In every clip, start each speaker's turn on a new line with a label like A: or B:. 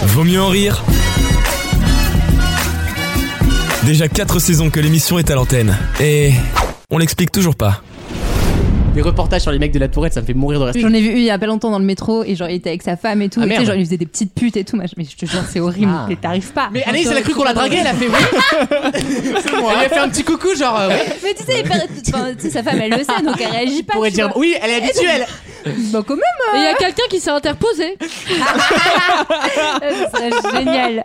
A: Bienvenue en rire. Déjà 4 saisons que l'émission est à l'antenne. Et on l'explique toujours pas.
B: Les reportages sur les mecs de la tourette, ça me fait mourir de rire.
C: J'en ai vu une il y a pas longtemps dans le métro et genre il était avec sa femme et tout.
B: Ah,
C: et tu sais,
B: merde.
C: genre il lui faisait des petites putes et tout. moi, je- Mais je te jure, c'est horrible.
B: Ah.
C: t'es- T'arrives pas.
B: Mais Anaïs, elle a cru qu'on la draguait, elle a fait oui. C'est moi. Elle lui a fait un petit coucou, genre, euh, ouais.
C: Mais tu sais, elle paraît- enfin, tu sais, sa femme elle le sait donc elle réagit pas.
B: pourrait
C: tu
B: dire
C: vois.
B: oui, elle est habituelle.
C: Bah, quand même,
B: hein.
D: Et il y a quelqu'un qui s'est interposé.
C: euh, ça serait génial.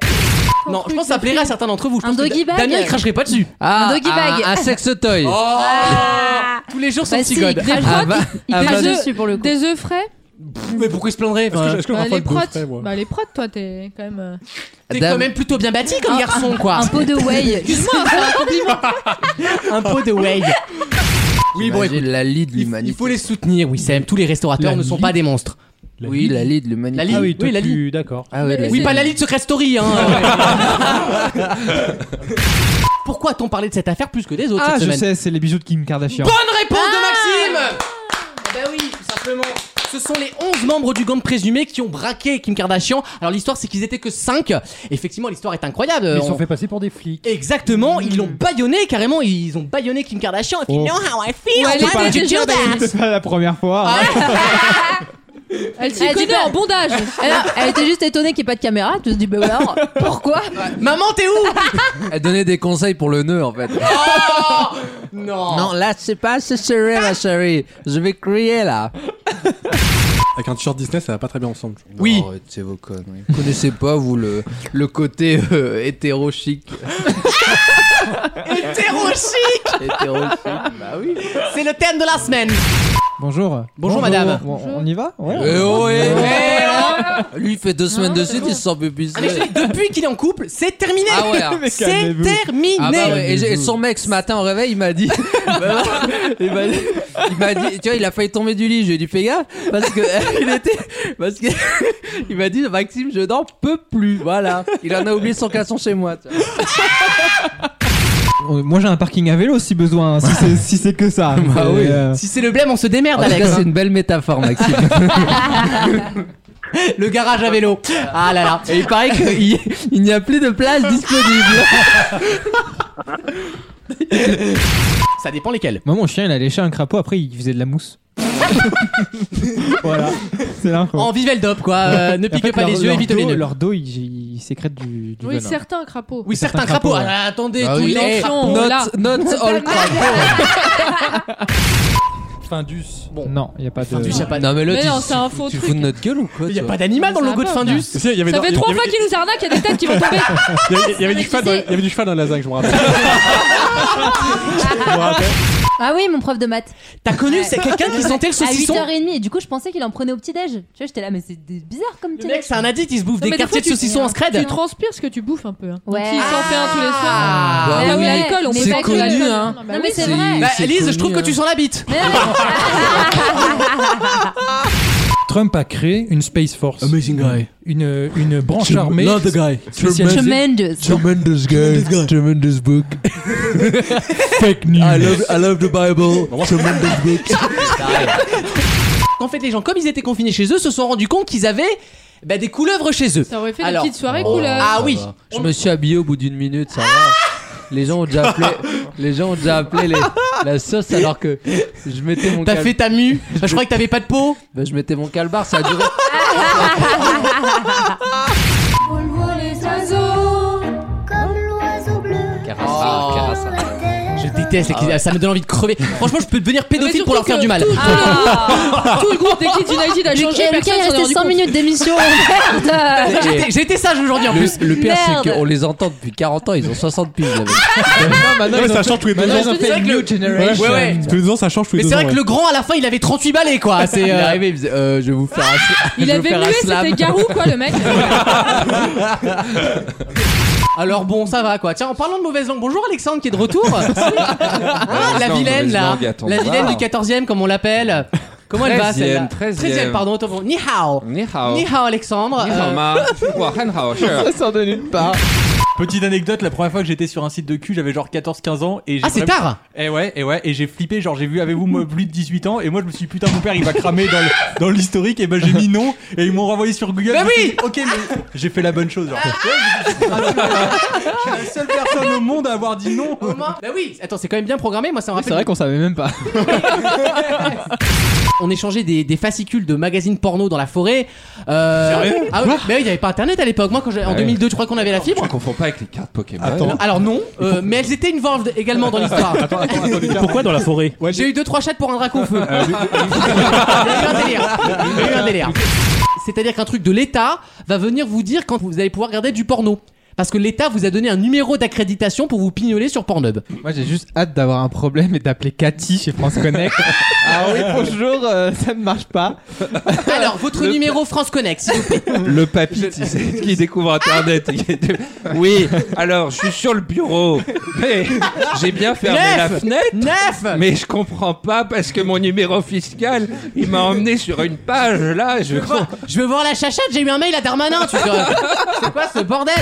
B: Non, je pense que ça plairait à certains d'entre vous. Je
C: Un
B: pense que
C: doggy bag.
B: Damien, il cracherait pas dessus.
E: Ah,
C: Un doggy bag.
E: Un, un sex toy.
C: Ah.
B: Tous les jours, son
C: Bah
B: petit
C: si,
B: god.
C: grave.
E: Ah,
C: crotte,
E: bah-
C: Il
E: ah,
C: crache
E: bah-
C: dessus pour le coup.
D: Des œufs frais
B: Mais pourquoi il se plaindrait enfin,
F: Est-ce que
D: Bah,
F: ma
D: les
F: frotte
D: protes.
F: gaufrait, moi
D: Bah, les protes, toi, t'es quand même. euh,
B: T'es
E: Dame-
B: quand même plutôt bien bâti comme garçon, quoi.
C: Un pot de whey.
B: Excuse-moi, un pot de whey. Oui, bon,
E: J'imagine
B: écoute.
E: la lie de
B: Il
E: l'humanité.
B: il faut les soutenir, Wissem. Tous les restaurateurs
F: La
B: ne sont
F: lie.
B: pas des monstres.
E: Oui, la lie de l'humanité.
B: La lie.
F: Ah oui, toi,
B: Oui, la
F: tu- D'accord.
E: Ah ouais, la
B: Oui,
E: lie.
B: pas la lit de Secret Story, hein. Pourquoi a-t-on parlé de cette affaire plus que des autres
G: Ah,
B: cette
G: je
B: semaine
G: sais, c'est les bijoux de Kim Kardashian.
B: Bonne réponse de Maxime Ah Bah oui, tout simplement. Ce sont les 11 membres du gang présumé qui ont braqué Kim Kardashian. Alors l'histoire, c'est qu'ils étaient que 5. Effectivement, l'histoire est incroyable.
F: Ils
B: On-
F: se sont fait passer pour des flics.
B: Exactement, ils l'ont baïonné carrément, ils ont baïonné Kim Kardashian. If you
F: Oh.
B: know how I feel,
D: Ouais, elle
B: why
D: était
B: did you
D: déjà
B: do that?
G: C'est pas la première fois. hein.
D: Elle s'y
C: Elle dit
D: connaît
C: pas-
D: en bondage.
C: Elle, elle était juste étonnée qu'il n'y ait pas de caméra. Tu te dis, bah alors, pourquoi
B: Maman, t'es où
E: Elle donnait des conseils pour le nœud en fait.
B: Non.
E: Non, là c'est pas assez serré ma chérie. Je vais crier là.
F: Avec un t-shirt Disney, ça va pas très bien ensemble.
B: Oui.
E: Oh, c'est vos conneries. Vous connaissez pas vous le, le côté euh, hétéro chic.
B: Hétéro chic,
E: hétéro chic. Bah oui.
B: c'est le thème de la semaine.
G: Bonjour.
B: Bonjour, madame.
G: Bon, on y va Ouais.
E: Eh oh, eh,
B: Eh, hein.
E: eh. Lui il fait deux semaines de suite, il se sent
B: Ah, mais je te
E: pupissé.
B: dis, depuis qu'il est en couple, c'est terminé.
E: Ah ouais. hein.
G: Mais
B: C'est
G: calmez-vous.
B: terminé.
E: Ah bah ouais, et, j'ai- et son mec ce matin au réveil il m'a dit, Bah il m'a dit, il m'a dit- tu vois il a failli tomber du lit, je lui ai dit fais gaffe parce que il était, parce que il m'a dit Maxime je n'en peux plus, voilà, il en a oublié son casson chez moi. tu vois.
G: Euh, Moi j'ai un parking à vélo si besoin, hein, si c'est si c'est que ça.
E: Bah oui.
G: Euh,
B: Si c'est le blême, on se
G: Ah,
B: démerde,
E: En tout
B: Alex.
E: cas Ah, c'est une belle métaphore Maxime.
B: Le garage à vélo. Ah là là.
E: Et il paraît qu'il il n'y a plus de place disponible.
B: Ça dépend lesquels.
G: Moi mon chien il a léché un crapaud, après il faisait de la mousse. voilà, c'est l'info.
B: En vive dope quoi. Euh, ne
G: Et en
B: piquez
G: fait,
B: pas
G: leur-
B: les yeux,
G: leur
B: évite
G: dos-
B: les nœuds.
G: Leur dos il, il sécrète du, du
D: Oui,
G: venin.
D: certains crapauds.
B: Oui, certains
G: certains
B: crapauds.
G: crapauds, ouais.
B: Ah, attendez,
E: Ah
B: tous
E: oui,
B: les
E: eh,
B: crapauds.
D: crapauds,
E: not,
D: là.
E: not all crap.
F: Findus.
B: Bon.
G: Non, il y a pas de.
B: Findus, y a pas de-
E: Non mais là
D: Mais
E: tu,
D: non, c'est un faux
E: tu
D: truc.
E: fous de notre gueule ou quoi
B: Il n'y a
E: toi
B: pas d'animal dans le
D: Ça
B: logo de
D: va
B: Findus.
F: Si, il y avait
D: Ça
F: dans-
D: fait
F: il y
D: trois
F: avait-
D: fois qu'il nous arnaque, il y a des têtes qui vont tomber.
F: il y avait- Il y avait du cheval dans- il y avait du cheval dans la lasagne, je me rappelle. Je me rappelle.
C: Ah oui, mon prof de maths.
B: T'as connu c'est quelqu'un qui sentait le
C: À
B: saucisson
C: 8h30, et du coup, je pensais qu'il en prenait au petit-déj. Tu vois, j'étais là, mais c'est des- bizarre comme
B: Le
C: petit
B: mec, c'est un addict, il se bouffe
D: Non, mais des
B: des quartiers
D: fois,
B: de
D: tu-
B: saucisson en scred.
D: Tu transpires ce que tu bouffes un peu. hein.
C: Ouais.
D: Donc, s'il s'en fait un tous les soirs.
B: Ah.
E: Bah
D: Là où
E: oui.
D: l'alcool, on
C: mais
D: met
E: c'est
D: pas que
E: connu,
D: l'alcool.
E: hein.
D: bah
C: Non,
D: oui,
C: mais c'est vrai.
B: Bah,
E: c'est
B: Lise, je trouve
E: connu,
B: que tu
E: hein.
B: sens la bite.
C: Mais non,
H: Trump a créé une Space Force,
I: Ah,
F: Amazing guy.
H: une, une branche armée
F: Not the guy.
C: mais-
H: spécialisée.
C: Tremendous.
F: Tremendous guy. Tremendous book.
H: Fake news.
I: Ah,
F: I love, I love the Bible. Tremendous book.
B: En fait, les gens, comme ils étaient confinés chez eux, se sont rendus compte qu'ils avaient bah, des couleuvres chez eux.
D: Ça aurait fait
B: Alors.
D: des petites soirées hein.
E: Oh,
D: couleurs.
B: Ah
E: ça
B: oui.
E: va. Je me suis habillé au bout d'une minute, ça va. Les gens ont déjà appelé, les gens ont déjà appelé les- la sauce alors que je mettais mon
B: T'as
D: euh,
E: cal-
B: fait ta mue Bah, Je crois que t'avais pas de peau.
E: bah, je mettais mon calbar, ça a duré.
J: Comme l'oiseau bleu.
B: Oh.
K: Ah,
E: Carassar, carassar.
B: Je déteste, les kids. ça me donne envie de crever. Franchement, je peux devenir
D: Mais
B: pédophile
D: surtout
B: pour leur faire
D: que
B: du mal.
D: Tout, tout le, tout le groupe des Kids United a changé.
C: Lucas, Lucas,
D: personne
C: il
D: s'en est
C: restait
D: rendu
C: 100
D: compte.
C: minutes d'émission. Merde.
E: Et-
B: Ah, J'étais- J'ai été sage aujourd'hui en plus.
E: Le, le pire,
C: Merde.
E: c'est qu'on les entend depuis 40 ans, ils ont 60 piges. les mecs.
G: Maintenant,
F: Non, mais
G: ils ont
F: ça change tous les deux
G: Maintenant,
F: ans.
G: ils ont
B: je te
G: fait
B: dis que
G: New
B: le-
G: Generation.
B: Ouais, ouais.
F: Tous les deux ans, ça change tous les
B: Mais
F: deux ans.
B: c'est vrai que
F: ouais.
B: le grand à la fin il avait 38 balais quoi.
E: Il
B: C'est
E: est
B: euh,
E: arrivé, il faisait, euh, je vais vous faire un, je
D: Il
E: vais
D: avait
E: faire un
D: mué,
E: slam.
D: c'était Garou, quoi, le mec.
B: Alors bon, ça va quoi. Tiens, en parlant de mauvaise langue, bonjour Alexandre qui est de retour. Ah, la
L: langue,
B: vilaine
L: mauvaise
B: là.
L: langue, attends
B: La
L: de
B: vilaine
L: voir.
B: du 14e comme on l'appelle. Comment elle va
L: 13e,
B: celle-là
L: 13e.
B: 13e, pardon, autant pour- Ni hao.
L: Ni hao.
E: Oh.
B: Ni hao Alexandre.
L: Ni hao
B: Euh,
L: ma. Wa han hao shi.
G: Ça s'en donne une part.
I: Petite anecdote, la première fois que j'étais sur un site de cul, j'avais genre 14-15 ans et j'ai
B: Ah, c'est
I: vraiment-
B: tard
I: Eh ouais, et ouais, et j'ai flippé, genre j'ai vu avez-vous moi, plus de 18 ans et moi je me suis dit, putain mon père il va cramer dans le- dans l'historique et ben j'ai mis non et ils m'ont renvoyé sur Google.
B: Bah
I: Je me suis dit, OK mais j'ai fait la bonne chose
F: Ah.
I: genre. hein. Je suis la seule personne au monde à avoir dit non.
B: Au moins- Bah oui, attends, c'est quand même bien programmé, moi ça me
G: C'est
B: rappelle.
G: vrai qu'on savait même pas.
B: On échangeait des, des fascicules de magazines porno dans la forêt. Euh...
I: Sérieux
B: ah oui, bah oui, il n'y avait pas internet à l'époque. Moi, quand j'ai- en 2002, je crois qu'on avait la fibre.
G: confonds pas avec les cartes Pokémon.
F: Attends.
B: Alors non, euh, mais elles étaient involved également dans l'histoire.
I: Pourquoi dans la forêt
B: J'ai eu deux trois chats pour un drac au feu.
G: Euh,
B: Il y a eu un délire. Il y a eu un délire. C'est-à-dire qu'un truc de l'État va venir vous dire quand vous allez pouvoir regarder du porno. Parce que l'État vous a donné un numéro d'accréditation pour vous pignoler sur Pornhub.
G: Moi j'ai juste hâte d'avoir un problème et d'appeler Cathy chez France Connect. ah oui, bonjour, euh, ça ne marche pas.
B: Alors, votre numéro France Connect.
G: Le papy, tu sais, qui découvre Internet. oui, alors je suis sur le bureau, mais j'ai bien fermé la
B: Neuf
G: fenêtre.
B: Neuf
G: Mais je comprends pas parce que mon numéro fiscal, il m'a emmené sur une page là. Je
B: Je veux voir la chachate, j'ai eu un mail à Darmanin, tu vois. C'est quoi ce bordel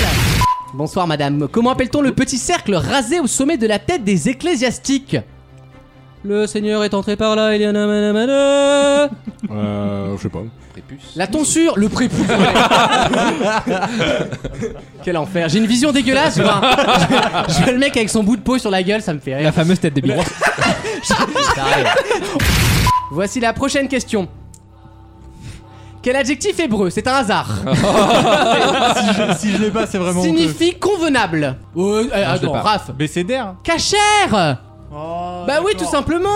B: Bonsoir madame, comment appelle-t-on le petit cercle rasé au sommet de la tête des ecclésiastiques Le Seigneur est entré par là, il y en a manamana.
F: Euh, je sais pas.
B: La tonsure, le prépuce. Quel enfer. J'ai une vision dégueulasse. moi. Je je vois le mec avec son bout de peau sur la gueule, ça me fait rire.
G: La fameuse tête des bureaux.
B: Ça arrive. Voici la prochaine question. Quel adjectif hébreu C'est un hasard.
I: Si je, si je l'ai pas, c'est vraiment honteux. Oh, ah,
B: Signifie convenable. Euh, euh, attends, Raph.
I: BCDR.
B: Cachère
I: Oh,
B: Bah oui, tout simplement.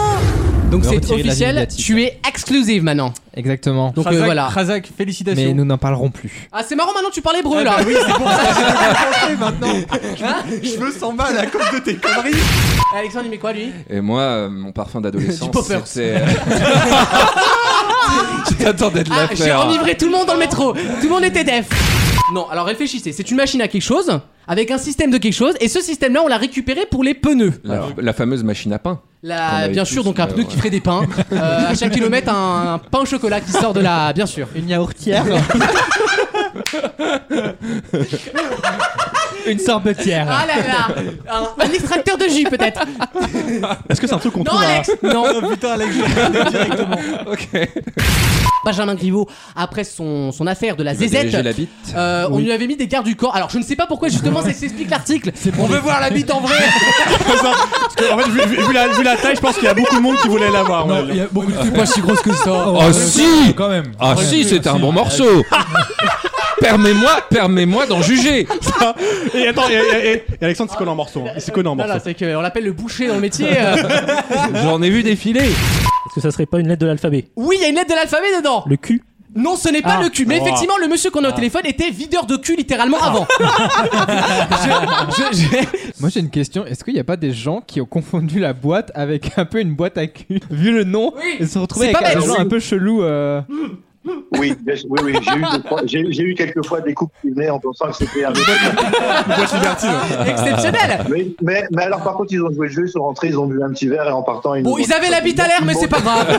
B: Donc
G: Me
B: c'est
G: retirer la
B: officiel,
G: génétique.
B: tu es exclusive maintenant.
G: Exactement.
B: Donc euh,
I: Razak,
B: voilà.
I: Razak,
G: Mais
I: félicitations.
G: nous n'en parlerons plus.
B: Ah, c'est marrant maintenant, tu parles hébreu
I: Ah
B: là.
I: bah oui, c'est pour ça que
B: Hein
I: je me sens mal à cause de tes conneries.
B: Alexandre, il met quoi lui
E: Et moi, euh, mon parfum d'adolescence,
B: Du poppers.
E: c'était. euh,
G: Tu t'attendais de
B: Ah, j'ai enivré tout le monde dans le métro. Tout le monde était def. Non, alors réfléchissez. C'est une machine à quelque chose, avec un système de quelque chose, et ce système-là, on l'a récupéré pour les pneus.
E: la, la fameuse machine à pain. Qu'on
B: Là,
E: avait
B: bien
E: tous,
B: sûr, donc un
E: ouais,
B: pneu qui ferait des pains. Euh, à chaque kilomètre, un, un pain au chocolat qui sort de la. Bien sûr.
G: Une yaourtière. Une sorbetière.
B: Ah là là Un, un extracteur de jus, peut-être.
F: Est-ce que c'est un truc qu'on
B: Non,
F: trouve à-
B: Alex Non
I: Putain, Alex, je l'ai regardé directement.
B: Benjamin Griveaux, après son, son affaire de la
E: Tu vas diriger
B: ZZ.
E: la bite.
B: euh, On lui avait mis des gardes du corps. Alors je ne sais pas pourquoi justement ça s'explique l'article.
I: On veut voir la bite en vrai.
F: Parce que, en fait, vu, vu- vu la, vu la taille, je pense qu'il y a beaucoup de monde qui voulait l'avoir.
M: Non, il y a beaucoup de trucs pas si grosses que ça. Euh,
E: Oh, si
M: Quand même.
E: Ah si, c'est un bon morceau Permets-moi, permets-moi d'en juger
F: Et attends, et, et- et- et Alexandre, c'est connaît en morceaux. hein. Il s'est connaît en
B: Non, non,
F: morceaux.
B: c'est qu'on l'appelle le boucher dans le métier. euh.
E: J'en ai vu défiler
I: Est-ce que ça serait pas une lettre de l'alphabet
B: Oui, il y a une lettre de l'alphabet dedans.
I: Le cul
B: Non, ce n'est pas
I: Ah.
B: le cul, mais
I: Oh.
B: effectivement, le monsieur
F: Ah.
B: qu'on a au téléphone était videur de cul littéralement avant. Je- je- je-
G: Moi j'ai une question, est-ce qu'il n'y a pas des gens qui ont confondu la boîte avec un peu une boîte à cul Vu le nom,
B: Oui,
G: ils se sont retrouvés
B: c'est
G: avec
B: pas
G: un
B: bête.
G: nom un peu chelou. euh,
F: Oui, oui, oui j'ai eu, quelques fois des coupes primaires en pensant que c'était un
B: Exceptionnel.
F: mais, mais, alors, par contre, ils ont joué le jeu, ils sont rentrés, ils ont bu un petit verre et en partant,
B: Bon, ils avaient la bite à l'air, mais c'est pas grave.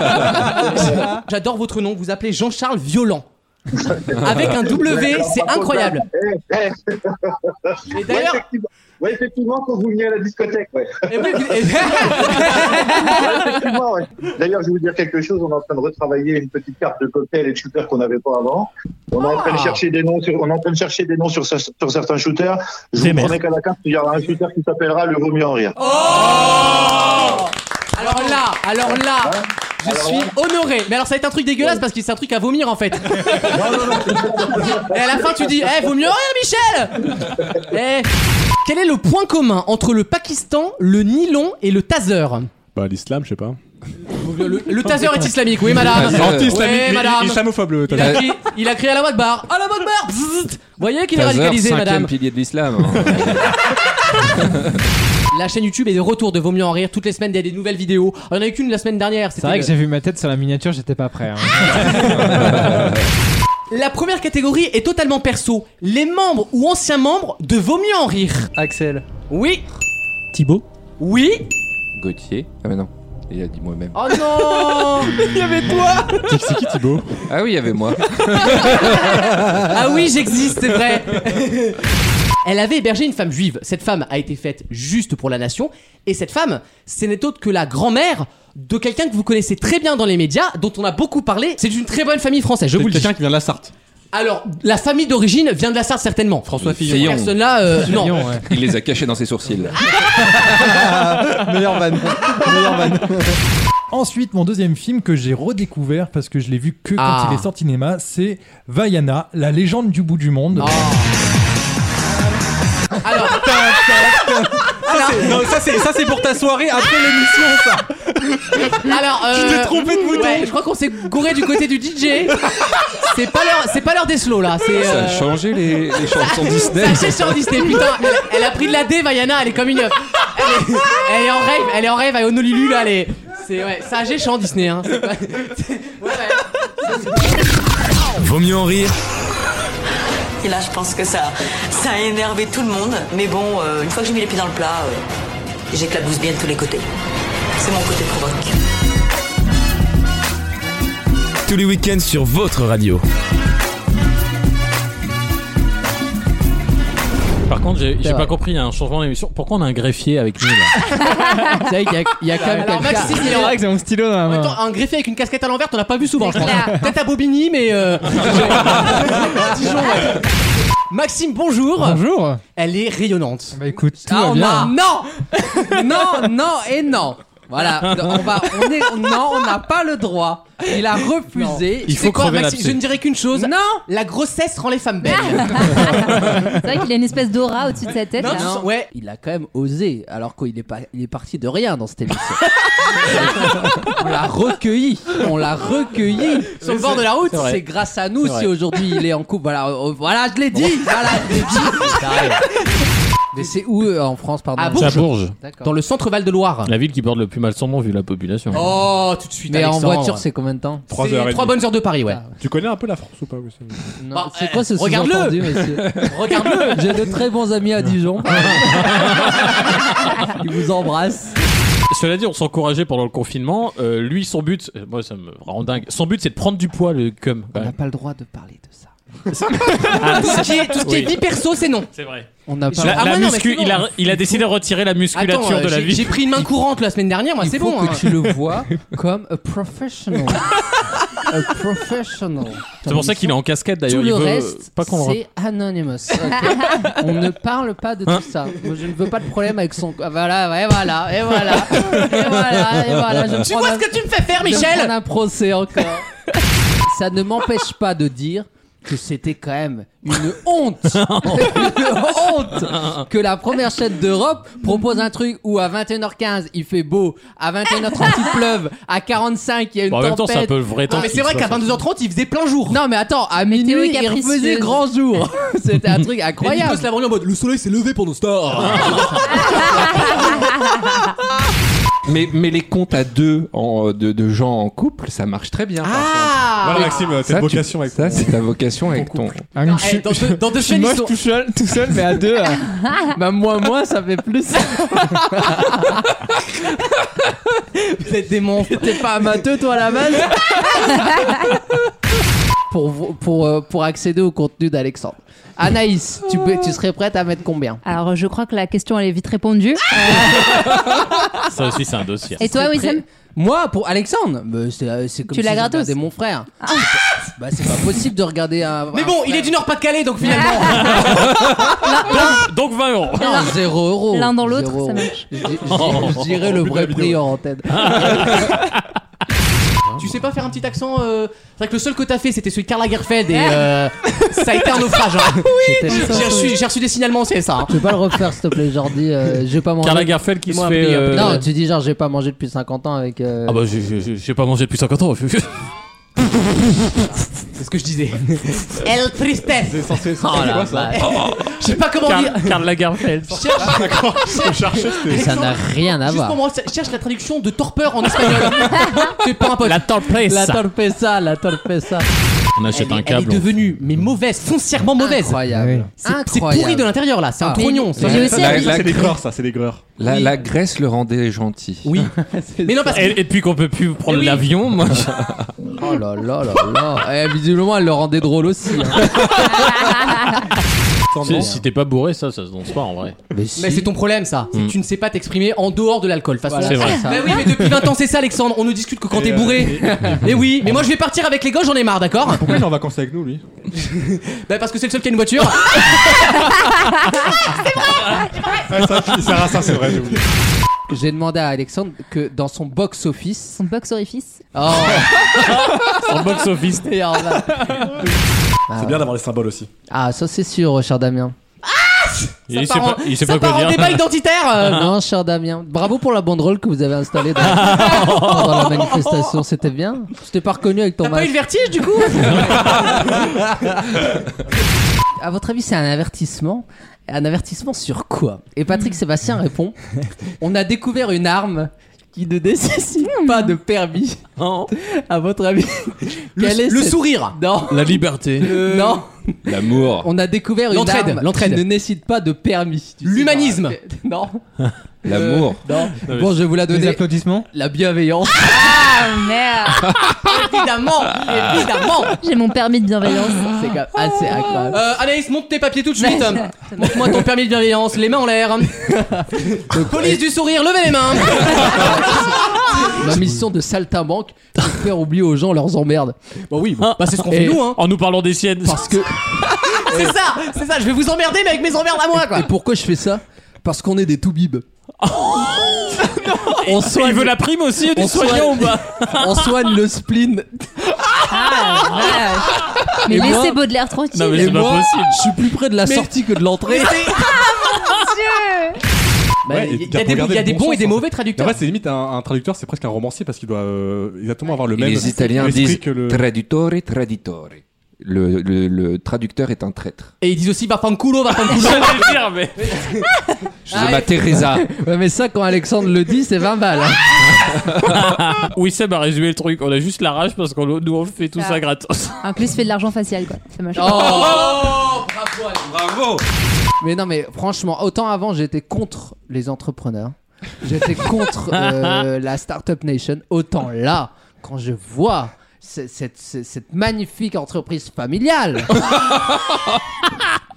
B: J'adore votre nom, vous appelez Jean-Charles Violent. Avec un W, c'est incroyable. Et d'ailleurs,
F: Ouais, Eh, effectivement, quand vous venez à la discothèque, ouais.
B: et oui, et-
F: Effectivement, ouais. D'ailleurs, je vais vous dire quelque chose. On est en train de retravailler une petite carte de cocktail et de shooter qu'on n'avait pas avant. On est en train de
B: Ah.
F: chercher des noms sur, on est en train de chercher des noms sur, ce- sur certains shooters. Je vous
M: Zémer.
F: promets qu'à la carte, il y aura un shooter qui s'appellera le vaut mieux en rire.
B: alors là, alors là, je suis honoré. Mais alors, ça va être un truc dégueulasse parce que c'est un truc à vomir en fait. Et à la fin, tu dis, eh, vaut mieux rien, Michel Eh, Quel est le point commun entre le Pakistan, le nylon et le taser
F: Bah, l'islam, je sais pas.
B: le, le taser est islamique, oui, madame.
E: Taser.
B: Anti-islamique, Ouais, mais madame.
F: islamophobe, le
B: Il a, crié, il a crié à la voix de barre. À la voix de barre Vous voyez qu'il est
E: Taser,
B: radicalisé,
E: cinquième
B: madame.
E: pilier de l'islam hein.
B: La chaîne YouTube est de retour de Vaut mieux en rire. Toutes les semaines, il y a des nouvelles vidéos. Il y en a eu qu'une la semaine dernière.
G: C'est vrai que
B: c'était
G: j'ai vu ma tête sur la miniature, j'étais pas prêt. hein.
B: le- La première catégorie est totalement perso. Les membres ou anciens membres de Vaut mieux en rire.
G: Axel.
B: Oui,
I: Thibaut
B: oui.
E: Gauthier Ah mais non, il a dit moi-même.
B: Oh non
F: C'est qui Thibaut
E: Ah oui, il y avait moi
B: Ah oui, j'existe, c'est vrai. Eh, Elle avait hébergé une femme juive. Cette femme a été faite juste pour la nation. Et cette femme, ce n'est autre que la grand-mère de quelqu'un que vous connaissez très bien dans les médias, dont on a beaucoup parlé. C'est une très bonne famille française, je vous le dis.
L: Quelqu'un qui vient de la Sarthe.
B: Alors, la famille d'origine vient de la Sarthe certainement.
L: François Fillon.
B: Cette personne-là, euh, non.
N: Il les a cachés dans ses sourcils.
B: Ah
H: Meilleur van. Meilleur van. Ensuite, mon deuxième film que j'ai redécouvert parce que je l'ai vu que quand
B: Ah.
H: il est sorti cinéma, c'est Vaiana, la légende du bout du monde.
B: Oh. Ah, Alors,
L: Non, ça c'est ça c'est pour ta soirée après l'émission ça.
B: alors euh,
L: Tu t'es trompé de bouton.
B: ouais, je crois qu'on s'est gouré du côté du DJ. C'est pas l'heure, c'est pas l'heure des slow là. C'est
N: Ça a
B: euh,
N: changé les, les chansons Disney.
B: Sachez sur Disney, putain, elle, elle a pris de la D, Vaiana, elle est comme une. Elle est, elle est en rêve, elle est en rêve à Honolulu, là, elle est. C'est ouais, sachez chant Disney, hein. C'est pas- c'est- ouais, ouais.
A: Vaut mieux en rire.
O: Et là, je pense que ça, ça a énervé tout le monde. Mais bon, euh, une fois que j'ai mis les pieds dans le plat, euh, j'éclabousse bien de tous les côtés. C'est mon côté provoque.
A: Tous les week-ends sur votre radio.
I: Par contre, j'ai j'ai
B: vrai.
I: pas compris, il y a un changement d'émission. Pourquoi on a un greffier avec nous là
E: C'est vrai qu'il y a- il y a quand même
B: Alors,
E: quelqu'un.
B: Maxime, il est en-
G: C'est vrai que c'est mon stylo hein, dans la main.
B: Attends, un greffier avec une casquette à l'envers, t'en as pas vu souvent, je pense.
C: clair.
B: Peut-être à Bobigny, mais. euh, Dijon, ouais. Maxime, bonjour.
G: Bonjour.
B: Elle est rayonnante.
G: Bah écoute, tout
E: Ah,
G: va
E: on
G: bien.
E: a-
B: Non
E: Non, non et non. Voilà, on va, on est, non, on n'a pas le droit. Il a refusé.
I: Il
B: C'est
I: faut
B: quoi,
I: crever
B: Maxime, Je
I: l'abcès.
B: ne dirais qu'une chose.
E: Non,
B: La grossesse rend les femmes belles.
C: C'est vrai qu'il a une espèce d'aura au-dessus de sa tête.
B: Non,
C: là.
B: tu sens- ouais.
E: il a quand même osé, alors qu'il est, pas- il est parti de rien dans cette émission. on l'a recueilli, on l'a recueilli.
B: Sur le bord de la route,
E: C'est
B: c'est
E: grâce à nous
I: C'est vrai.
E: si aujourd'hui il est en couple. Voilà, euh, voilà, je l'ai dit. voilà, je l'ai dit. Mais c'est où euh, en France, pardon
B: Ah bon
I: C'est à Bourges,
B: dans
E: D'accord.
B: le centre Val de Loire.
I: la ville qui borde le plus mal son nom vu la population.
B: Oh, tout de suite.
E: Mais en
B: Alexandre. Ah,
E: voiture, c'est combien de temps
B: C'est trois bonnes heures de Paris, ouais.
L: Tu connais un peu la France ou pas
E: Non,
B: Bah,
E: C'est
B: eh,
E: quoi ce
B: regarde-le.
E: sous-entendu, monsieur
B: Regarde-le.
E: J'ai de très bons amis à Dijon. Ils vous embrassent.
I: Cela dit, on s'encourageait pendant le confinement. Euh, lui, son but, euh, moi ça me rend dingue. Son but, c'est de prendre du poids le cum.
B: Ah
E: On n'a pas le droit de parler de ça.
B: tout ce qui est, tout ce qui est
I: Oui.
B: vie perso, c'est non.
I: C'est vrai.
E: On n'a pas
B: Je-
E: le
I: La,
E: droit.
B: Ah
I: la
B: ouais, non, mais
I: muscu,
B: c'est
I: il,
B: bon.
I: a, il a décidé de retirer la musculature
B: Attends, euh,
I: de la
B: j'ai-
I: vie.
B: j'ai pris une main courante la semaine dernière, moi,
E: Il
B: c'est
E: faut
B: bon.
E: que
B: hein.
E: tu le vois comme a professional. a professional.
I: C'est pour ça qu'il est en casquette d'ailleurs.
E: Tout
I: Il
E: le
I: veut
E: reste,
I: pas qu'on le
E: c'est anonymous. ok. On ne parle pas de
I: Hein
E: tout ça. Moi, je ne veux pas de problème avec son. Ah, Voilà, et voilà, et voilà, et voilà, et voilà. Je me
B: Tu
E: prends
B: vois
E: un-
B: ce que tu me fais faire,
E: je me prends
B: Michel
E: un procès encore. ça ne m'empêche pas de dire que c'était quand même une honte, une honte que la première chaîne d'Europe propose un truc où à 21h15 il fait beau, à 21h30 il pleuve, à 45 il y a une
I: Bon, en même temps,
E: tempête.
I: c'est un peu le vrai temps.
B: Non, mais c'est vrai qu'à 22h30, il faisait plein jour.
E: Non mais attends, à
C: Météo
E: minuit il
C: capricieuse.
E: refaisait grand jour. C'était un truc
B: Et Nico
E: incroyable.
B: se l'a vendu en mode le soleil s'est levé pendant ce temps.
N: Mais, mais les comptes à deux en- de, de gens en couple, ça marche très bien. par contre.
B: Ah
L: Voilà Maxime, c'est
N: Ça,
L: une
N: tu-
L: vocation avec
N: ça,
L: ton-
N: c'est ta vocation avec ton.
G: Ah,
B: Non,
G: je
B: eh,
G: suis-
B: Dans deux- dans deux
G: je suis
B: semaines, ils
G: moche
B: sont-
G: tout seul, tout seul, mais à deux. euh,
E: Bah moi moi ça fait plus.
B: vous êtes des monstres.
E: T'es pas amateur toi à la base pour, vo- pour, euh, pour accéder au contenu d'Alexandre. Anaïs, tu, peux, tu serais prête à mettre combien
C: Alors, je crois que la question, elle est vite répondue.
I: Ça aussi, c'est un dossier.
C: Et toi, Wissem
E: Moi, pour Alexandre, bah, c'est euh, c'est comme
C: Tu
E: si
C: l'as
E: je
C: gratos. Ah.
E: regardais mon frère. C'est pas- Bah, c'est pas possible de regarder un.
B: Mais
E: un
B: bon,
E: frère.
B: il est du Nord-Pas-de-Calais, donc finalement.
C: Ah,
I: Donc 20 euros.
E: Non, zéro euro.
C: L'un dans l'autre,
E: Zéro
C: ça
E: euro.
C: marche.
E: Je- je- Je je
B: Oh,
E: dirais le vrai prix en tête.
B: Tu sais pas faire un petit accent euh, C'est vrai que le seul que t'as fait, c'était celui de Karl Lagerfeld et euh, ça a été un naufrage. hein.
E: C'était-
B: J'ai reçu, j'ai reçu des signalements, c'est ça.
E: Tu peux pas le refaire, s'il te plaît, Jordi. euh, j'ai pas mangé.
I: Carla Garfeld qui se
B: Moi, un
I: fait.
B: prix,
I: euh,
E: Non, tu dis genre, j'ai pas mangé depuis 50 ans avec. euh,
I: Ah bah, j'ai- j'ai j'ai pas mangé depuis 50 ans. Putain,
B: C'est ce que je disais. El tristesse.
L: C'est censé. c'est
E: Oh
L: censé
E: la
L: quoi, ça
E: vache.
B: Je sais pas comment dire.
I: Karl Lagerfeld.
L: D'accord, je peux chercher, c'était-
E: Ça n'a rien à
B: Juste pour
E: voir.
B: moi, cherche la traduction de torpeur en espagnol. c'est pas un pote.
I: La Torplace.
E: La torpessa, la torpessa.
I: On achète
B: Elle,
I: un
B: est- elle est
I: câble.
B: devenue, mais mauvaise, foncièrement mauvaise.
E: Incroyable.
B: C'est c'est pourri de l'intérieur là, c'est un
E: Ah.
B: trognon. ça.
C: Mais
B: Mais,
C: aussi,
N: La-
C: elle-
N: la-
L: C'est des greurs, ça, c'est des greurs.
N: La, la Grèce le rendait gentil.
E: Oui.
B: non, parce que.
I: Et, et depuis qu'on peut plus prendre
B: Eh oui.
I: l'avion, moi.
E: Oh là là là là. Eh, visiblement, elle le rendait drôle aussi. hein.
B: putain de
I: Si,
B: merde.
I: si t'es pas bourré, ça, ça se danse pas en vrai. Mais,
B: Mais c'est ton problème ça, c'est que
I: Mm.
B: tu ne sais pas t'exprimer en dehors de l'alcool. de toute façon.
I: Voilà, c'est vrai.
B: Mais oui, mais depuis 20 ans c'est ça Alexandre, on nous discute que quand t'es bourré. Mais oui, mais moi je vais partir avec les gars, j'en ai marre, d'accord
L: euh, Pourquoi il est en vacances avec nous, lui
B: Bah parce que c'est le seul qui a une voiture.
L: Sarah, ça c'est vrai, j'ai oublié.
E: J'ai demandé à Alexandre que dans son box office.
C: Son box orifice.
E: Oh
I: Son box office.
E: Ah,
K: C'est bien d'avoir les symboles aussi.
E: Ah, ça c'est sûr, cher Damien.
I: Il
E: part en-
I: il
E: ça part en débat
B: identitaire
E: non, cher Damien. Bravo pour la banderole que vous avez installée dans, dans la manifestation, c'était bien. Je t'ai pas reconnu avec ton
B: T'as pas eu
E: masque.
B: le vertige du coup
E: À votre avis, c'est un avertissement Un avertissement sur quoi Et
B: Hmm.
E: Patrick Sébastien répond On a découvert une arme qui ne nécessite
B: Hmm.
E: pas de permis. À votre avis,
B: Oh. Le-
E: quelle est
B: le
E: cette-
B: sourire. Euh,
E: Non.
I: La liberté.
E: Non.
N: L'amour.
E: On a découvert une
B: L'entraide,
E: arme
B: l'entraide.
E: qui ne nécessite pas de permis.
B: L'humanisme.
E: Non.
N: L'amour.
I: Euh,
E: Non. Bon, je vais vous la donner.
G: Les applaudissements
E: La bienveillance.
C: Ah merde
B: Ah, Évidemment Évidemment
C: J'ai mon permis de bienveillance.
E: C'est quand même assez incroyable.
B: Euh, Anaïs, monte tes papiers tout de
C: Ouais,
B: suite.
C: ça- ça-
B: Montre-moi ton permis de bienveillance, les mains en l'air. Police
E: euh,
B: du sourire, levez les mains.
E: Ma mission de saltimbanque, c'est de faire oublier aux gens leurs emmerdes.
B: Bah oui,
I: Ah.
B: bah c'est ce qu'on
E: Et-
B: fait nous, hein.
I: En nous parlant des siennes.
E: Parce que.
B: C'est ça, c'est ça. Je vais vous emmerder, mais avec mes emmerdes à moi, quoi.
E: Et pourquoi je fais ça Parce qu'on est des toubibs. on soigne,
I: Il veut la prime aussi du
E: on
I: soignant ou
E: soigne-
I: pas
E: on soigne le spleen.
C: Mais
E: Et moi-
C: laissez Baudelaire tranquille.
I: Non, mais
E: Et
I: c'est pas
E: moi,
I: possible.
E: Je suis plus près de la
I: Mais-
E: sortie que de l'entrée.
B: Bah,
K: Ouais,
B: il y
K: et
B: a
K: t'as
B: des-
K: regardé
B: il y a
K: le
B: des
K: bon
B: bons
K: sens,
B: et
E: hein.
B: des
K: en
B: mauvais
K: fait.
B: traducteurs.
K: En fait, c'est limite un, un traducteur, c'est presque un romancier parce qu'il doit euh, exactement avoir le même.
N: les Italiens
K: esprit
N: disent
K: que le.
N: traditore, traditore. Le, le- le traducteur est un traître.
B: Et ils disent aussi Vafanculo, Vafanculo.
I: J'allais dire, mais.
N: Je m'appelle Teresa.
E: Ouais, mais ça, quand Alexandre le dit, c'est 20 balles. hein.
I: Oui, Seb a résumé le truc. On a juste la rage parce qu'on nous on fait tout ça gratos.
C: En plus, fait de l'argent facial, quoi. C'est machin.
B: Oh, bravo, Alex.
N: Bravo
E: Mais non, mais franchement, autant avant, j'étais contre les entrepreneurs. J'étais contre euh, la Startup Nation. Autant là, quand je vois ce- cette, ce- cette magnifique entreprise familiale.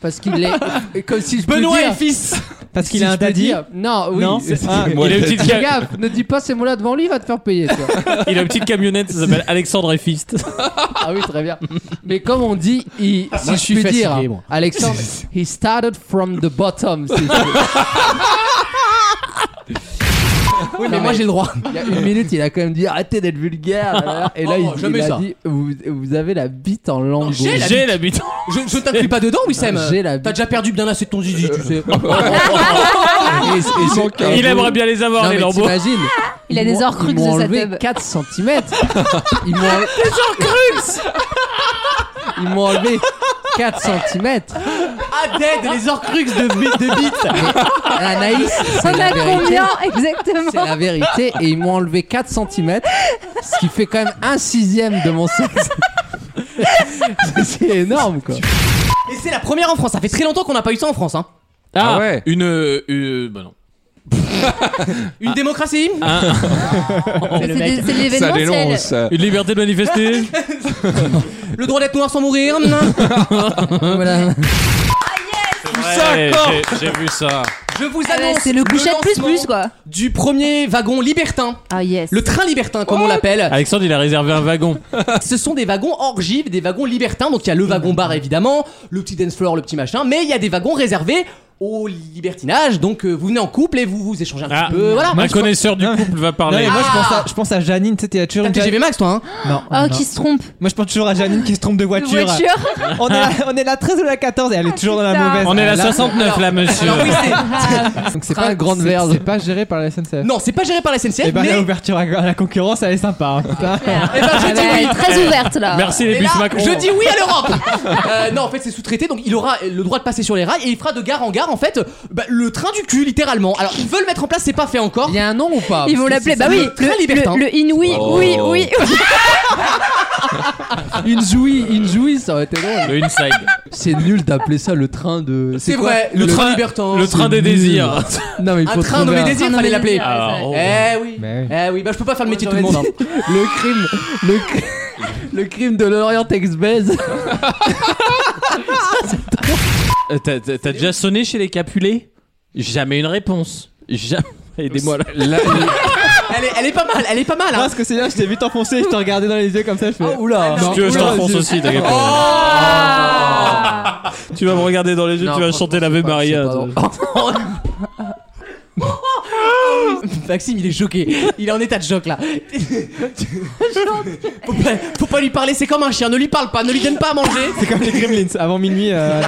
E: Parce qu'il est. Comme si je peux
B: Benoît
E: dire-
B: et fils.
G: Parce qu'il
E: si
G: a un
E: je peux
G: daddy.
E: dire- Non, oui.
G: Non, c'est- ah,
I: Il a une petite,
E: Fais
I: ca-
E: gaffe, ne dis pas ces mots-là devant lui, il va te faire payer. tu vois.
I: il a une petite camionnette, ça s'appelle Alexandre et Fist.
E: Ah oui, très bien. Mais comme on dit, il, si
B: Ah, Moi,
E: je
B: je suis
E: puis
B: fatigué,
E: dire,
B: moi.
E: Alexandre, he started from the bottom. si je puis.
B: Oui, mais
E: Non,
B: moi
E: mais-
B: j'ai le droit.
E: Il y a une minute, il a quand même dit arrêtez d'être vulgaire. là, là, là. Et là,
B: Oh,
E: il- il,
B: jamais
E: a
B: ça.
E: dit vous, vous avez la bite en langue.
B: J'ai la
I: J'ai
B: bite.
I: l'habitude.
B: Je, je t'inclus pas dedans, Wissem.
E: J'ai la bite.
B: T'as déjà perdu bien assez de ton zizi, tu sais.
E: Et- et- et- et-
I: Il aimerait bien les avoir,
E: Non,
I: les
E: mais
I: lambeaux.
E: t'imagines,
C: Ah, Il a
E: ils
C: des
E: m'ont-
C: horcruxes
E: Ils m'ont
C: de sa
E: enlevé
C: teub.
E: 4 cm. Ils m'ont Ils m'ont enlevé 4 cm.
B: Ah, dead, les orcrux de, bi- de bite.
E: Anaïs, c'est
C: On
E: la
C: a
E: vérité.
C: combien
E: C'est
C: exactement
E: la vérité. Et ils m'ont enlevé 4 cm, ce qui fait quand même un sixième de mon sexe. C'est énorme quoi.
B: Et c'est la première en France. Ça fait très longtemps qu'on n'a pas eu ça en France. Hein.
N: Ah ouais.
I: Une. euh, une- bah non.
B: Une démocratie
I: Un-
B: C'est le
C: C'est
B: mec.
C: des- c'est de
N: Ça
C: l'événementiel.
N: dénonce. ça.
I: une liberté de manifester.
B: Le droit d'être noir sans mourir.
E: Voilà.
I: Ouais, j'ai- J'ai vu ça.
B: Je vous
C: Ah ouais,
B: annonce.
C: C'est le coucher de plus
B: lancement
C: plus, quoi.
B: Du premier wagon libertin.
C: Ah yes.
B: Le train libertin, comme on l'appelle.
I: Alexandre, il a réservé un wagon.
B: Ce sont des wagons orgives, des wagons libertins. Donc il y a le wagon bar évidemment, le petit dance floor, le petit machin. Mais il y a des wagons réservés au libertinage. Donc euh, vous venez en couple et vous vous échangez un
I: Ah.
B: petit peu. Euh, Voilà.
I: un connaisseur du couple va
G: Non,
I: parler.
G: mais moi je pense à, je pense à Janine, tu sais, t'as toujours
B: T'as
G: une
B: TGV Max toi hein
G: Non.
C: Oh,
G: non.
C: qui se trompe.
G: Moi je pense toujours à Janine qui se trompe de voiture.
C: Voiture.
G: on, est la, on est la 13 ou la 14 et elle est toujours dans la
C: putain.
G: mauvaise.
I: On est la
E: là-
I: 69 là, monsieur.
B: Alors oui c'est.
E: Donc c'est pas un grande verge.
G: C'est pas géré par la SNCF.
B: Non, c'est pas géré par la SNCF,
G: Et bah
B: mais.
G: la ouverture à à la concurrence, elle est sympa. hein, putain.
B: Eh ben, je
C: Elle
B: dis oui.
C: est très ouverte là.
I: Merci les
B: Et
I: bus
B: là,
I: Macron.
B: je dis oui à l'Europe Euh, Non, en fait, c'est sous-traité, donc il aura le droit de passer sur les rails et il fera de gare en gare, en fait, bah, le train du cul, littéralement. Alors, ils veulent mettre en place, c'est pas fait encore.
E: Il y a un nom ou pas
C: Ils vont
E: Parce que
C: l'appeler. Bah
E: Ah, c'est ça,
C: oui.
B: le train libertin.
C: Le, le inouï.
N: Oh.
C: Oui, oui.
E: Une jouie, une jouie, ça aurait été drôle.
I: Le inside.
E: C'est nul d'appeler ça le train de.
B: C'est
E: quoi
B: vrai, le, train Ah, libertin.
I: Le train des
E: nul.
I: désirs.
E: Non, mais il
B: Un
E: faut
B: train de
E: trouver
B: mes désirs, fallait l'appeler.
I: Ah,
C: Ouais,
I: oh.
B: Eh oui.
G: Mais oui.
B: Eh oui, bah je peux pas faire le métier de tout le monde. hein.
E: Le crime, le, cri- le crime de l'Orient ex-baise.
I: Euh, T'as t'as- t'as déjà sonné chez les Capulets Jamais une réponse. Jamais. Aidez-moi là.
B: hein. Elle est, elle est pas mal, elle est pas mal. Hein.
G: Parce que c'est bien, je t'ai vu t'enfoncer, je t'ai regardé dans les yeux comme ça, je fais.
E: Ah,
G: Oh, oula
I: Si tu veux, je t'enfonce aussi, t'inquiète
B: Oh,
I: pas. Tu vas me regarder dans les yeux,
E: Non,
I: tu vas chanter l'Ave Maria.
E: Ah,
B: Maxime, il est choqué. Il est en état de choc là. faut, pas, faut pas lui parler, c'est comme un chien. Ne lui parle pas, ne lui donne pas à manger.
G: C'est comme les Gremlins, avant minuit. euh,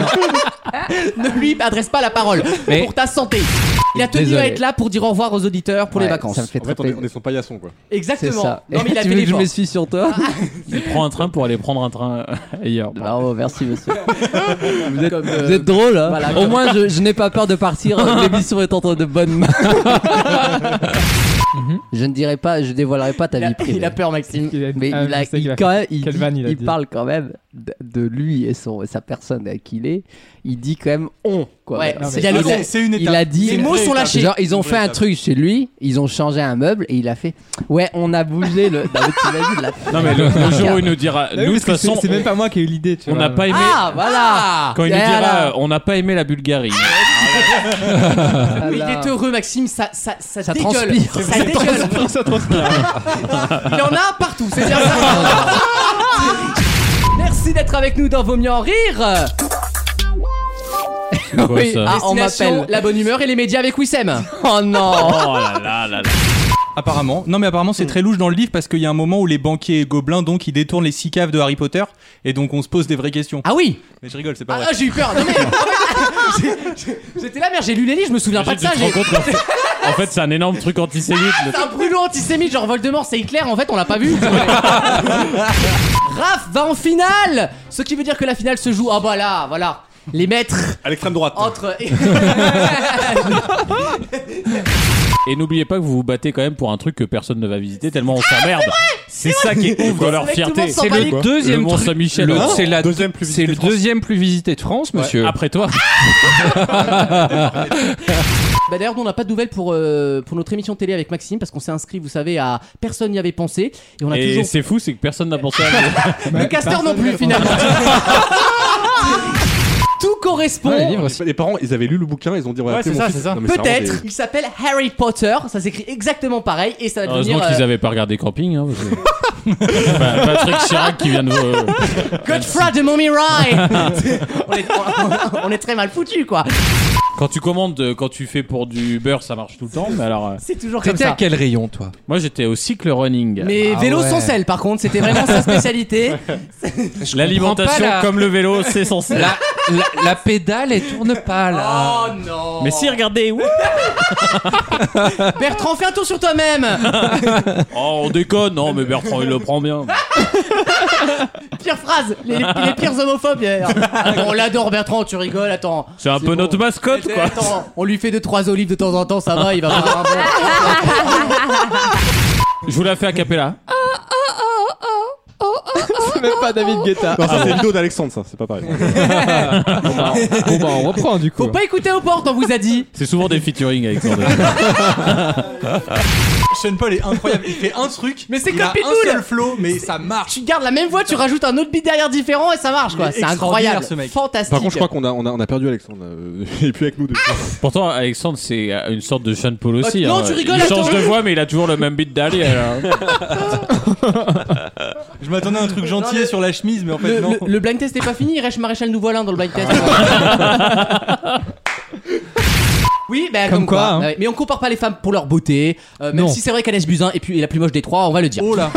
L: Ah
G: non.
B: ne lui adresse pas la parole.
G: Mais-
B: Pour ta santé. Il a tenu
G: Désolé.
B: à être là pour dire au revoir aux auditeurs pour les
E: Ouais,
B: vacances.
E: ça me fait
K: En fait, on est, on est son paillasson, quoi.
B: Exactement.
E: C'est ça.
B: Non, mais il a
E: tu
B: fait
E: veux que je
B: l'effort.
E: me suis sur toi
I: euh, Il prend un train pour aller prendre un train euh, ailleurs.
E: Bravo, merci monsieur. Vous êtes, vous êtes drôle, hein
B: voilà,
E: Au
B: comme-
E: moins, je, je n'ai pas peur de partir. euh, L'émission est entre de bonnes mains. Mhm. je ne dirai pas, je dévoilerai pas ta
B: Il a-
E: vie privée.
B: il a peur, Maxime.
E: Mais
G: Ah,
E: il, a,
G: je sais
E: il-
G: qu'il va
E: quand
G: faire.
E: même, il,
G: Quelle
E: dit-
G: vanne il a
E: il
G: dit.
E: parle quand même de, de lui et son, sa personne à qui il est. Il dit quand même on. Quoi.
B: Ouais,
E: Voilà.
B: c'est- il y a le
E: il
B: on.
E: a,
B: C'est une
E: il
B: étape.
E: a dit.
B: Les mots sont lâchés.
E: Genre, ils ont fait un
B: Étape.
E: truc chez lui, ils ont changé un meuble et il a fait Ouais, on a bougé le. bah, Non, mais t'imagines la-
I: Non, mais le, le jour où il nous dira.
G: Ah oui,
I: Nous, de
G: parce
I: toute
G: que
I: façon.
G: c'est- c'est même pas moi qui ai eu l'idée, tu
I: On
G: vois.
I: n'a pas aimé.
E: Ah, voilà
I: Quand il nous
E: Et
I: dira,
E: alors
I: euh, on n'a pas aimé la Bulgarie.
B: Mais il
E: Voilà.
B: est heureux, Maxime. Ça, ça, ça,
E: Ça
B: dégueule.
E: transpire.
B: Ça dégueule. Il y en a partout, c'est bien
E: Ah,
B: ça. Merci d'être avec nous dans Vaut mieux en rire.
I: quoi,
E: Oui,
I: ça
E: ah, on
B: Destination,
E: m'appelle.
B: La bonne humeur et les médias avec Wissem.
E: Oh non
I: Oh là là là là.
L: Apparemment. Non, mais apparemment, c'est très louche dans le livre parce qu'il y a un moment où les banquiers gobelins, donc, ils détournent les six caves de Harry Potter et donc on se pose des vraies questions.
B: Ah oui
L: Mais je rigole, c'est pas
B: Ah,
L: vrai.
B: j'ai eu peur. Non, mais- J'ai- j'ai- J'étais là, merde, j'ai lu les livres, je me souviens pas de
I: Tu
B: ça.
I: te
B: j'ai-
I: rends compte qu'en fait- En fait, c'est un énorme truc antisémite. le-
B: C'est un brûlot antisémite, genre Voldemort, c'est Hitler, en fait, on l'a pas vu. Raph va en finale Ce qui veut dire que la finale se joue. Ah bah là, voilà. Les maîtres
K: À l'extrême droite.
B: entre.
I: Et n'oubliez pas que vous vous battez quand même pour un truc que personne ne va visiter tellement on s'emmerde. C'est ça qui est ouf dans leur
B: vrai que tout le
I: fierté.
B: monde s'en bat les couilles.
I: Le Mont Saint-Michel.
N: le-
I: hein.
N: c'est la
K: deuxième plus
N: c'est le deuxième plus visité de France, monsieur.
I: Après toi.
B: Bah d'ailleurs, nous, on n'a pas de nouvelles pour, euh, pour notre émission télé avec Maxime parce qu'on s'est inscrit, vous savez, à personne n'y avait pensé et on a
I: Et
B: toujours
I: c'est fou, c'est que personne n'a pensé à nous.
B: le castor non plus finalement. Tout correspond.
K: les, les parents, ils avaient lu le bouquin, ils ont dit on va
I: Ouais,
K: appeler
I: c'est
K: mon
I: ça,
K: fils.
I: c'est ça.
K: Non, mais vraiment
B: Peut-être, il s'appelle Harry Potter, ça s'écrit exactement pareil et ça va
I: Heureusement
B: devenir
I: qu'ils
B: euh,
I: n'avaient pas regardé Camping. Hein, parce que- Enfin, Patrick Chirac qui vient de vous.
B: Godfrey de Mommy Rye. on, est, on est très mal foutu quoi.
I: Quand tu commandes, euh, quand tu fais pour du beurre, ça marche tout le temps. Mais alors, euh,
B: C'est toujours comme
N: T'étais à
B: ça.
N: quel rayon, toi
I: moi j'étais au cycle running.
B: Mais
N: Ah
B: vélo sans
N: ouais.
B: selle par contre, c'était vraiment sa spécialité.
I: L'alimentation
N: comprends pas, là.
I: comme le vélo, c'est censé.
N: la, la- la pédale, elle tourne pas là.
B: Oh non.
I: Mais si, regardez. wouh
B: Bertrand, fais un tour sur toi-même.
I: Oh, on déconne. Non, mais Bertrand, il le prend bien.
B: Pire phrase, les, les pires homophobes. d'ailleurs. Attends, Ah, on l'adore Bertrand, tu rigoles, attends.
I: C'est un peu
B: bon.
I: notre mascotte, quoi.
B: Attends, on lui fait deux trois olives de temps en temps, ça va, il va avoir un bon.
I: Je vous la fais à Capella.
G: C'est même pas David Guetta.
K: Non, ça, c'est une vidéo d'Alexandre, ça, c'est pas pareil.
G: Bon, bah, on reprend du coup.
B: Faut pas écouter aux portes, on vous a dit.
I: C'est souvent des featuring, Alexandre.
L: Sean Paul est incroyable. Il fait un truc.
B: Mais c'est
L: il
B: comme
L: a
B: Pitbull.
L: un seul flow, mais ça marche.
B: Tu gardes la même voix, tu rajoutes un autre beat derrière différent et ça marche quoi.
L: Il est
B: C'est incroyable,
L: extraordinaire, ce mec.
B: fantastique.
K: Par contre, je crois qu'on a, on a, on a perdu Alexandre. euh, Il est plus avec nous depuis.
I: Pourtant, Alexandre, c'est euh, une sorte de Sean Paul aussi.
B: Ah, non,
I: hein.
B: tu rigoles,
I: Il change
B: attends.
I: de voix, mais il a toujours le même beat hein. d'Ali. alors.
L: Je m'attendais à un truc gentil sur la chemise, mais en fait,
B: le,
L: non.
B: le- le blind test est pas fini, il reste Maréchal nous voilà dans le blind test. Oui, bah, comme,
G: Comme quoi, hein.
B: Ah ouais. Mais on compare pas les femmes pour leur beauté, euh, même
G: Non.
B: si c'est vrai qu'Alès Buzyn est plus- est la plus moche des trois, on va le dire.
L: Oh là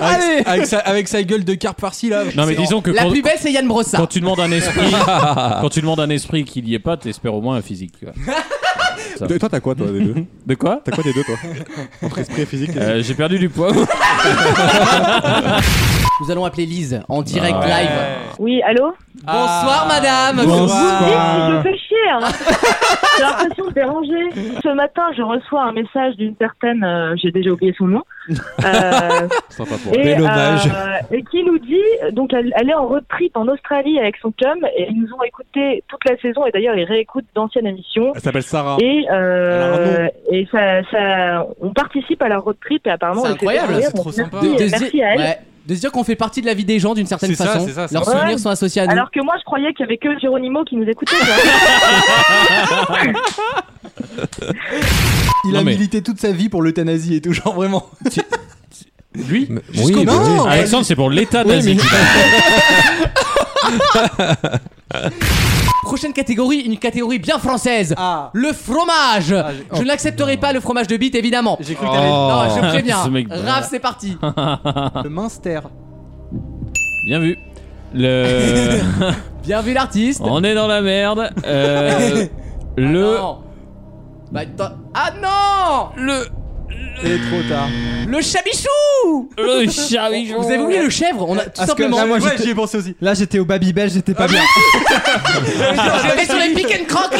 L: avec, avec sa, avec sa gueule de carpe par-ci là.
I: Non, mais disons que
B: La
I: quand,
B: plus belle, c'est Yann Brossard.
I: quand tu demandes un esprit, quand tu demandes un esprit qu'il y ait pas, t'espères au moins un physique. tu vois.
K: Et toi, t'as quoi, toi, des deux
I: De quoi
K: T'as quoi des deux, toi Entre esprit et physique. les-
I: Euh, J'ai perdu du poids.
B: Nous allons appeler Lise en direct
I: Ouais.
B: live.
P: Oui, allô
L: Ah.
B: Bonsoir madame. Ah.
P: Je
G: Bonsoir.
P: fais chier hein. J'ai l'impression de déranger. Ce matin, je reçois un message d'une certaine, euh, j'ai déjà oublié son nom, euh,
K: Sympa pour
P: et,
N: Bel hommage.
P: euh, et qui nous dit, donc elle, elle est en road trip en Australie avec son chum, et ils nous ont écouté toute la saison, et d'ailleurs ils réécoutent d'anciennes émissions.
K: Elle s'appelle Sarah.
P: Et,
K: Elle a
P: euh, et ça, ça, on participe à la road trip et apparemment
B: C'est
P: on les fait
B: incroyable,
P: découvrir.
B: c'est
P: Donc,
B: trop
P: merci,
B: sympa. Deuxi-
P: merci à elle.
B: Ouais. de se dire qu'on fait partie de la vie des gens d'une certaine
L: C'est ça,
B: façon.
L: c'est ça, c'est
B: Leurs
L: ça.
B: souvenirs
L: Ouais.
B: sont associés à nous.
P: Alors que moi, je croyais qu'il y avait que Géronimo qui nous écoutait. quoi.
E: Il
I: Non,
E: a
I: mais-
E: milité toute sa vie pour l'euthanasie et tout, genre vraiment.
I: Lui
E: Jusqu'au
I: Oui,
E: bout.
I: mais-
E: Non,
I: Alexandre, c'est pour l'état
E: Oui,
I: nazi.
E: mais-
B: Prochaine catégorie, une catégorie bien française.
E: Ah.
B: Le fromage. je n'accepterai pas le fromage de bite, évidemment. J'ai
E: cru que t'allais-
G: Ah,
I: Ah,
B: Non, je préviens.
I: Ce mec-
B: Raph, c'est parti.
E: Le Minster.
I: Bien vu. Le.
B: Bien vu l'artiste.
I: On est dans la merde. Euh,
B: Ah
I: le.
B: Bah, attends- ah non Le.
E: C'est trop tard.
B: Le chabichou
I: Le chabichou.
B: Vous avez oublié le chèvre On a tout
G: Parce que
B: simplement.
G: là, moi, j'étais- Là, j'étais au Babybel, j'étais
I: Ah,
G: pas bien.
B: J'étais sur les pick and croc là.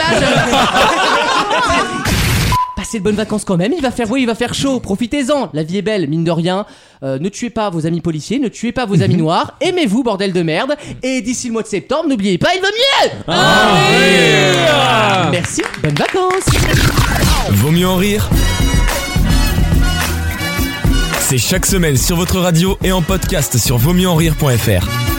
B: je- Passez de bonnes vacances quand même. Il va faire, oui, il va faire chaud. Profitez-en. La vie est belle, mine de rien. Euh, ne tuez pas vos amis policiers, ne tuez pas vos amis noirs. Aimez-vous, bordel de merde. Et d'ici le mois de septembre, n'oubliez pas, il va mieux.
I: Ah.
B: Merci. Bonnes vacances.
A: Vaut mieux en rire. C'est chaque semaine sur votre radio et en podcast sur vaumieuxenrire.fr.